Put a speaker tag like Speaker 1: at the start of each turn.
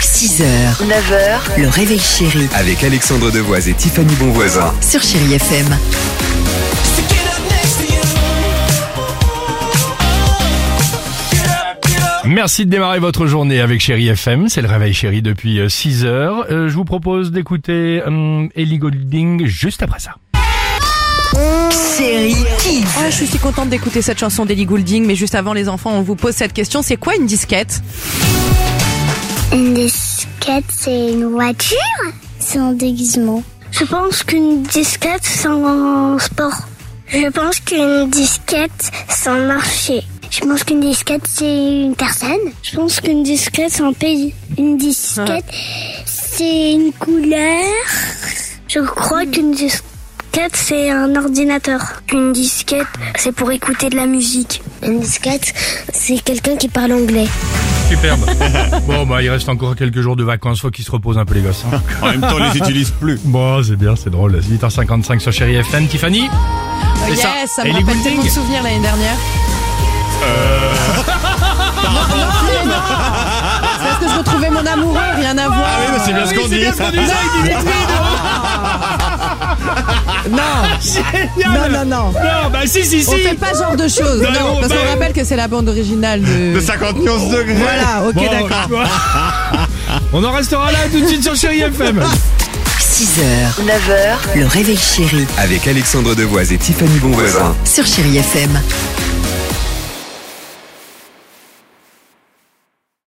Speaker 1: 6h, 9h, le réveil chéri
Speaker 2: Avec Alexandre Devoise et Tiffany Bonvoisin.
Speaker 1: sur Chéri FM.
Speaker 3: to get up next to you. Get up, get up.
Speaker 4: Merci de démarrer votre journée avec Chéri FM. C'est le réveil Chéri depuis 6 heures. Euh, je vous propose d'écouter hum, Ellie Golding juste après ça.
Speaker 1: Chéri Kids.
Speaker 5: Ah, je suis si contente d'écouter cette chanson d'Ellie Goulding, mais juste avant les enfants, on vous pose cette question, c'est quoi une disquette
Speaker 6: Une disquette, c'est une voiture C'est un déguisement. Je pense qu'une disquette, c'est un sport. Je pense qu'une disquette, c'est un marché. Je pense qu'une disquette, c'est une personne. Je pense qu'une disquette, c'est un pays. Une disquette, c'est une couleur. Je crois qu'une disquette, c'est un ordinateur. Une disquette, c'est pour écouter de la musique. Une disquette, c'est quelqu'un qui parle anglais.
Speaker 4: Superbe. bon, bah, il reste encore quelques jours de vacances. Faut qu'ils se reposent un peu, les gosses. hein.
Speaker 7: En même temps, ils les utilisent plus.
Speaker 4: bon, c'est bien, c'est drôle. 8h55 sur Chéri FM. Tiffany? C'est
Speaker 5: Yes,
Speaker 4: ça.
Speaker 5: ça, me
Speaker 4: Ellie
Speaker 5: rappelle
Speaker 4: Goulding.
Speaker 5: tellement de souvenirs l'année dernière.
Speaker 7: Euh.
Speaker 5: Non, non, non. C'est parce que je retrouvais mon amoureux, rien à voir.
Speaker 7: Ah oui, mais c'est bien ce qu'on dit.
Speaker 5: Non, non, non.
Speaker 4: Non, bah, si, si,
Speaker 5: On fait pas ce genre de choses.
Speaker 4: Bah,
Speaker 5: Non,
Speaker 4: non,
Speaker 5: parce
Speaker 4: bah,
Speaker 5: qu'on rappelle que c'est la bande originale de...
Speaker 7: De 51 degrés.
Speaker 5: Voilà, ok,
Speaker 4: Bon,
Speaker 5: d'accord.
Speaker 4: On en restera là tout de suite sur Chéri FM.
Speaker 1: 6h, 9h, le réveil chéri
Speaker 2: Avec Alexandre Devoise et Tiffany Bonvoisin.
Speaker 1: sur Chéri FM.